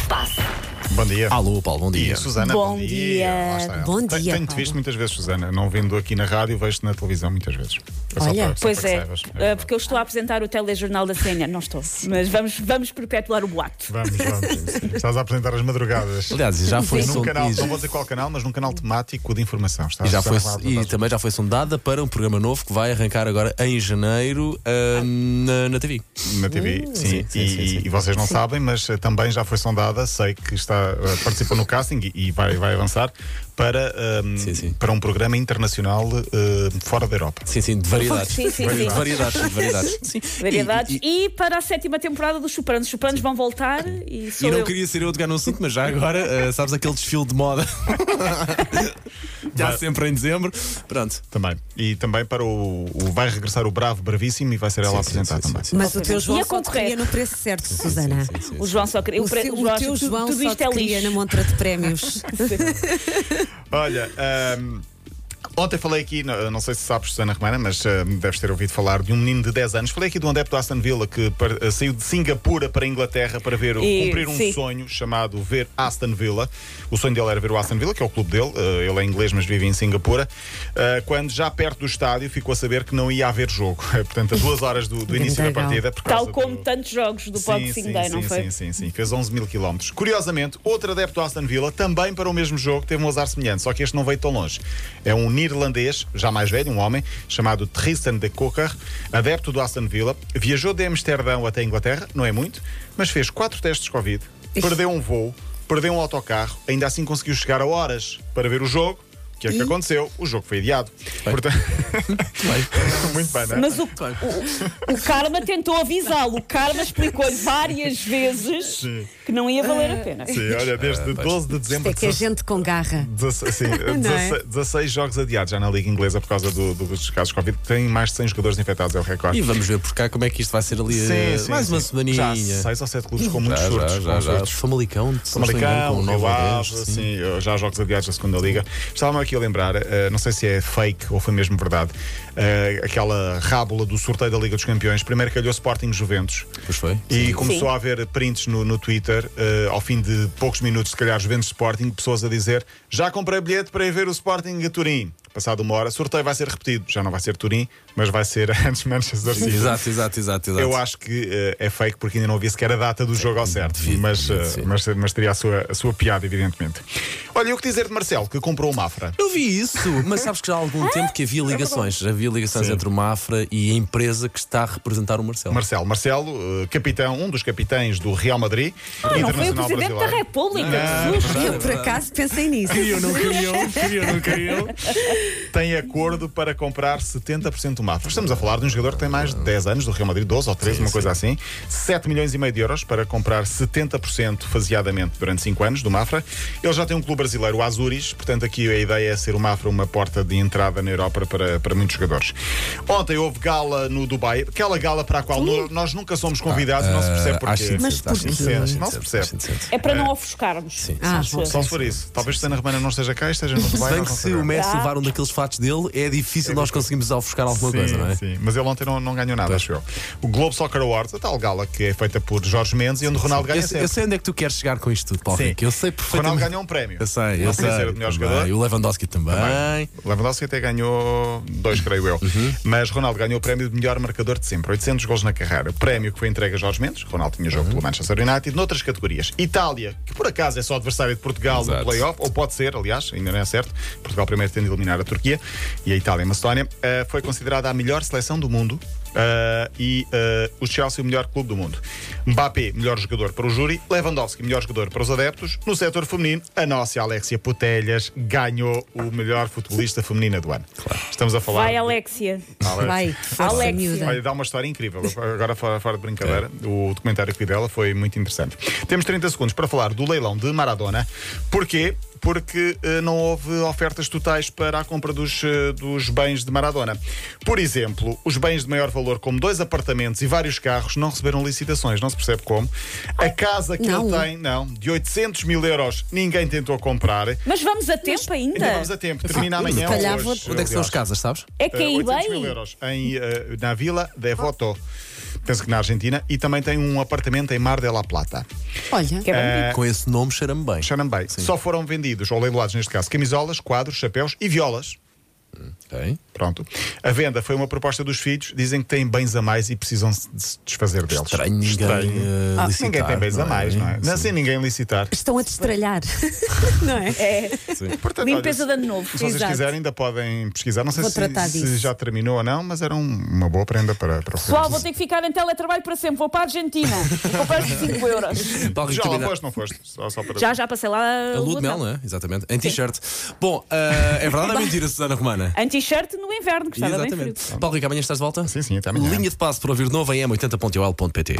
se passa. Bom dia. Alô, Paulo, bom dia. E a Susana, Bom bom, dia. dia. Lá está ela. Bom Te- dia, Tenho-te Paulo. visto muitas vezes, Susana. Não vendo aqui na rádio, vejo-te na televisão muitas vezes. É só Olha, para- só Pois para que é, saibas. eh, verdade. porque eu estou a apresentar o telejornal da CNN, não estou, mas vamos, vamos perpetuar o boato. Vamos, vamos. sim. Estás a apresentar as madrugadas. Aliás, já foi Num canal, não vou sondada. dizer qual canal, mas num canal temático de informação. Está E, já foi, Susana Ravelo, e está- também já foi sondada para um programa novo que vai arrancar agora em janeiro ah, na, na TV. na Uh, TV, sim, sim, sim, e, sim, sim. e vocês não sabem, mas eh, também já foi sondada, sei que está, eh, participou no casting e, e vai, vai avançar para, ehm, Sim, sim. para um programa internacional eh, fora da Europa. Sim, sim, de variedades. Sim, sim, sim. De variedades, de variedades. Sim. Variedades. E- e- E, para a sétima temporada dos Sopranos. Os Sopranos vão voltar e e sou não eu. queria ser eu a tocar no assunto, mas já agora, ah, sabes aquele desfile de moda? já sempre em dezembro. Pronto. Também. E também para o, o- Vai regressar o Bravo Bravíssimo e vai ser ela Sim, a sim, apresentar sim, também. sim, sim. Mas o teu João E a só te queria concorrer? no preço certo, Susana. Sim, sim, O sim. João só queria. O, pre- seu- João o acha teu que tu- João tudo só isto é te queria na lixo. é montra de prémios. Olha, ahm, ontem falei aqui, não, não sei se sabes, Susana Romana, mas ahm, deves ter ouvido falar de um menino de 10 anos. Falei aqui de um adepto do Aston Villa que par- ah, saiu de Singapura para a Inglaterra para ver, o- E, cumprir um sim. sonho chamado ver Aston Villa. O sonho dele era ver o Aston Villa, que é o clube dele. ah, ele é inglês, mas vive em Singapura. Ah, quando já perto do estádio ficou a saber que não ia haver jogo. Portanto, a duas horas do, do início da Legal. partida. por causa Tal como do- tantos jogos do Boxing Day, não sim, foi? Sim, sim, sim. Fez 11 mil quilómetros. Curiosamente, outro adepto do Aston Villa, também para o mesmo jogo, teve um azar semelhante, só que este não veio tão longe. É um neerlandês, já mais velho, um homem, chamado Tristan de Cocker, adepto do Aston Villa. Viajou de Amsterdão até a Inglaterra, não é muito, mas fez quatro testes de Covid, perdeu um voo, perdeu um autocarro, ainda assim conseguiu chegar a horas para ver o jogo. O que é que aconteceu? O jogo foi adiado. Portanto... Muito bem, não é? Mas o, o, o Karma tentou avisá-lo. O Karma explicou-lhe várias vezes Sim. que não ia valer Ah. a pena. Sim, olha, desde 12 de dezembro É de que é gente com garra. Dezesse- Sim, é? 16, 16 jogos adiados já na Liga Inglesa por causa do- do- dos casos de Covid. Tem mais de 100 jogadores infectados, é o recorde. E vamos ver por cá como é que isto vai ser ali. Sim, eh, sim, mais uma sim. semaninha. Já 6 ou 7 clubes com muitos já, surtos. já, com já. surtos. Famalicão, se não estou em Famalicão, engano, com o Rio Nova Ave, Alentejo, sim. assim, já há jogos adiados da segunda liga. Estava-me aqui a lembrar, eh, não sei se é fake ou foi mesmo verdade, eh, aquela rábula do sorteio da Liga dos Campeões. Primeiro calhou Sporting Juventus. Pois foi. E Sim. começou Sim. a haver prints no, no Twitter, eh, ao fim de poucos minutos, se calhar, Juventus Sporting, pessoas a dizer: Já comprei bilhete para ir ver o Sporting a Turim. Passado uma hora, sorteio vai ser repetido. Já não vai ser Turim, mas vai ser antes Manchester City. Exato, exato, exato, exato. Eu acho que eh, é fake porque ainda não havia sequer a data do jogo ao certo. devido, Mas, devido, eh, sim. mas, mas teria a sua, a sua piada, evidentemente. Olha, e o que dizer de Marcelo, que comprou o Mafra? Eu vi isso, mas sabes que já há Ah, algum tempo que havia ligações. Havia ligações entre o Mafra e a empresa que está a representar o Marcelo. Marcelo, Marcelo, eh, capitão, um dos capitães do Real Madrid, Ah, Não foi o internacional Presidente brasileiro. da República, que susto! Eu por acaso pensei nisso. não queriam, queriam, não queriam. tem acordo para comprar 70% do Mafra. Estamos a falar de um jogador que tem mais de 10 anos, do Real Madrid, 12 ou 13, uma coisa assim. 7 milhões e meio de euros para comprar 70% faseadamente durante 5 anos do Mafra. Ele já tem um clube brasileiro, o Azuris, portanto aqui a ideia é ser o Mafra uma porta de entrada na Europa para, para muitos jogadores. Ontem houve gala no Dubai, aquela gala para a qual no- nós nunca somos convidados, não se percebe Ah, acho porquê. indecente, Mas acho porquê? indecente, acho Não se indecente, acho percebe. indecente. É para não ofuscarmos. Sim, Ah, Acho bom. eu. Só se for isso. Talvez Sana Romana não esteja cá e esteja no Dubai. Se nós bem que não se o sabemos. Messi Ah. Tá. levar um daqueles fatos dele, é difícil nós conseguirmos ofuscar alguma sim, coisa, não é? Sim, mas ele ontem não, não ganhou nada, acho eu. O Globe Soccer Awards, a tal gala que é feita por Jorge Mendes e onde Ronaldo ganha Eu, sei- sempre. eu sei onde é que tu queres chegar com isto tudo, Paulo Sim. Rico. Eu sei perfeitamente. Ronaldo ganhou um prémio. Eu sei, Não eu podia sei. ser o melhor também. jogador. O Lewandowski também. Lewandowski até ganhou dois, creio eu. Uhum. Mas Ronaldo ganhou o prémio de melhor marcador de sempre, 800 gols na carreira. Prémio que foi entregue a Jorge Mendes, Ronaldo tinha Uhum. jogo pelo Manchester United, noutras categorias. Itália, que por acaso é só adversário de Portugal Exato. no playoff, ou pode ser, aliás, ainda não é certo. Portugal primeiro tende a eliminar a Turquia e a Itália e a Macedónia. eh, foi considerada a melhor seleção do mundo. eh, e eh, o Chelsea o melhor clube do mundo Mbappé, melhor jogador para o júri Lewandowski, melhor jogador para os adeptos no setor feminino, a nossa Alexia Putelhas ganhou o melhor futebolista feminina do ano estamos a falar Vai, de- Alexia. Alex. Vai, força Alexia. miúda. Olha, dá uma história incrível. Agora, fora, fora de brincadeira, É. o documentário que vi dela foi muito interessante. Temos 30 segundos para falar do leilão de Maradona. Porquê? Porque eh, não houve ofertas totais para a compra dos, eh, dos bens de Maradona. Por exemplo, os bens de maior valor, como dois apartamentos e vários carros, não receberam licitações, não se percebe como. A casa que Não. ele tem, não, de 800 mil euros, ninguém tentou comprar. Mas vamos a tempo ainda. Ainda vamos a tempo, termina amanhã. calhar ou hoje, vou- Onde é que são as aliás. casas, sabes? É Eh, que aí 800 mil bem. euros em, eh, na Vila Devoto. penso que na Argentina, e também tem um apartamento em Mar del Plata. Olha, Que é bem bonito. Com esse nome cheira-me bem. Shannon Bay. Só foram vendidos, ou leiloados neste caso, camisolas, quadros, chapéus e violas. Ok. Pronto. A venda foi uma proposta dos filhos, dizem que têm bens a mais e precisam se de se desfazer deles. Estranho ninguém eh, Ah, licitar, ninguém tem bens a mais, não é? Não é sem ninguém licitar. estão a destralhar. Não é? É. Portanto, Limpeza de olha, ano novo. se vocês Exato. quiserem, ainda podem pesquisar. Não sei Vou se, tratar se disso. já terminou ou não, mas era um- uma boa prenda para, para o Pessoal, vou ter que ficar em teletrabalho para sempre. Vou para a Argentina. Vou comprar 5 euros. Paulo Rico Já lá Caminha- foste, não foste? Só, só para... Já, já passei lá A lua de mel, não é? Exatamente. Em t-shirt. Bom, eh, é verdade ou é mentira, Susana Romana? Em t-shirt no inverno, que estava bem frio. Exatamente. Paulo Rico, amanhã estás de volta? Sim, sim, até amanhã. Linha de passo para ouvir de novo em m80.ol.pt.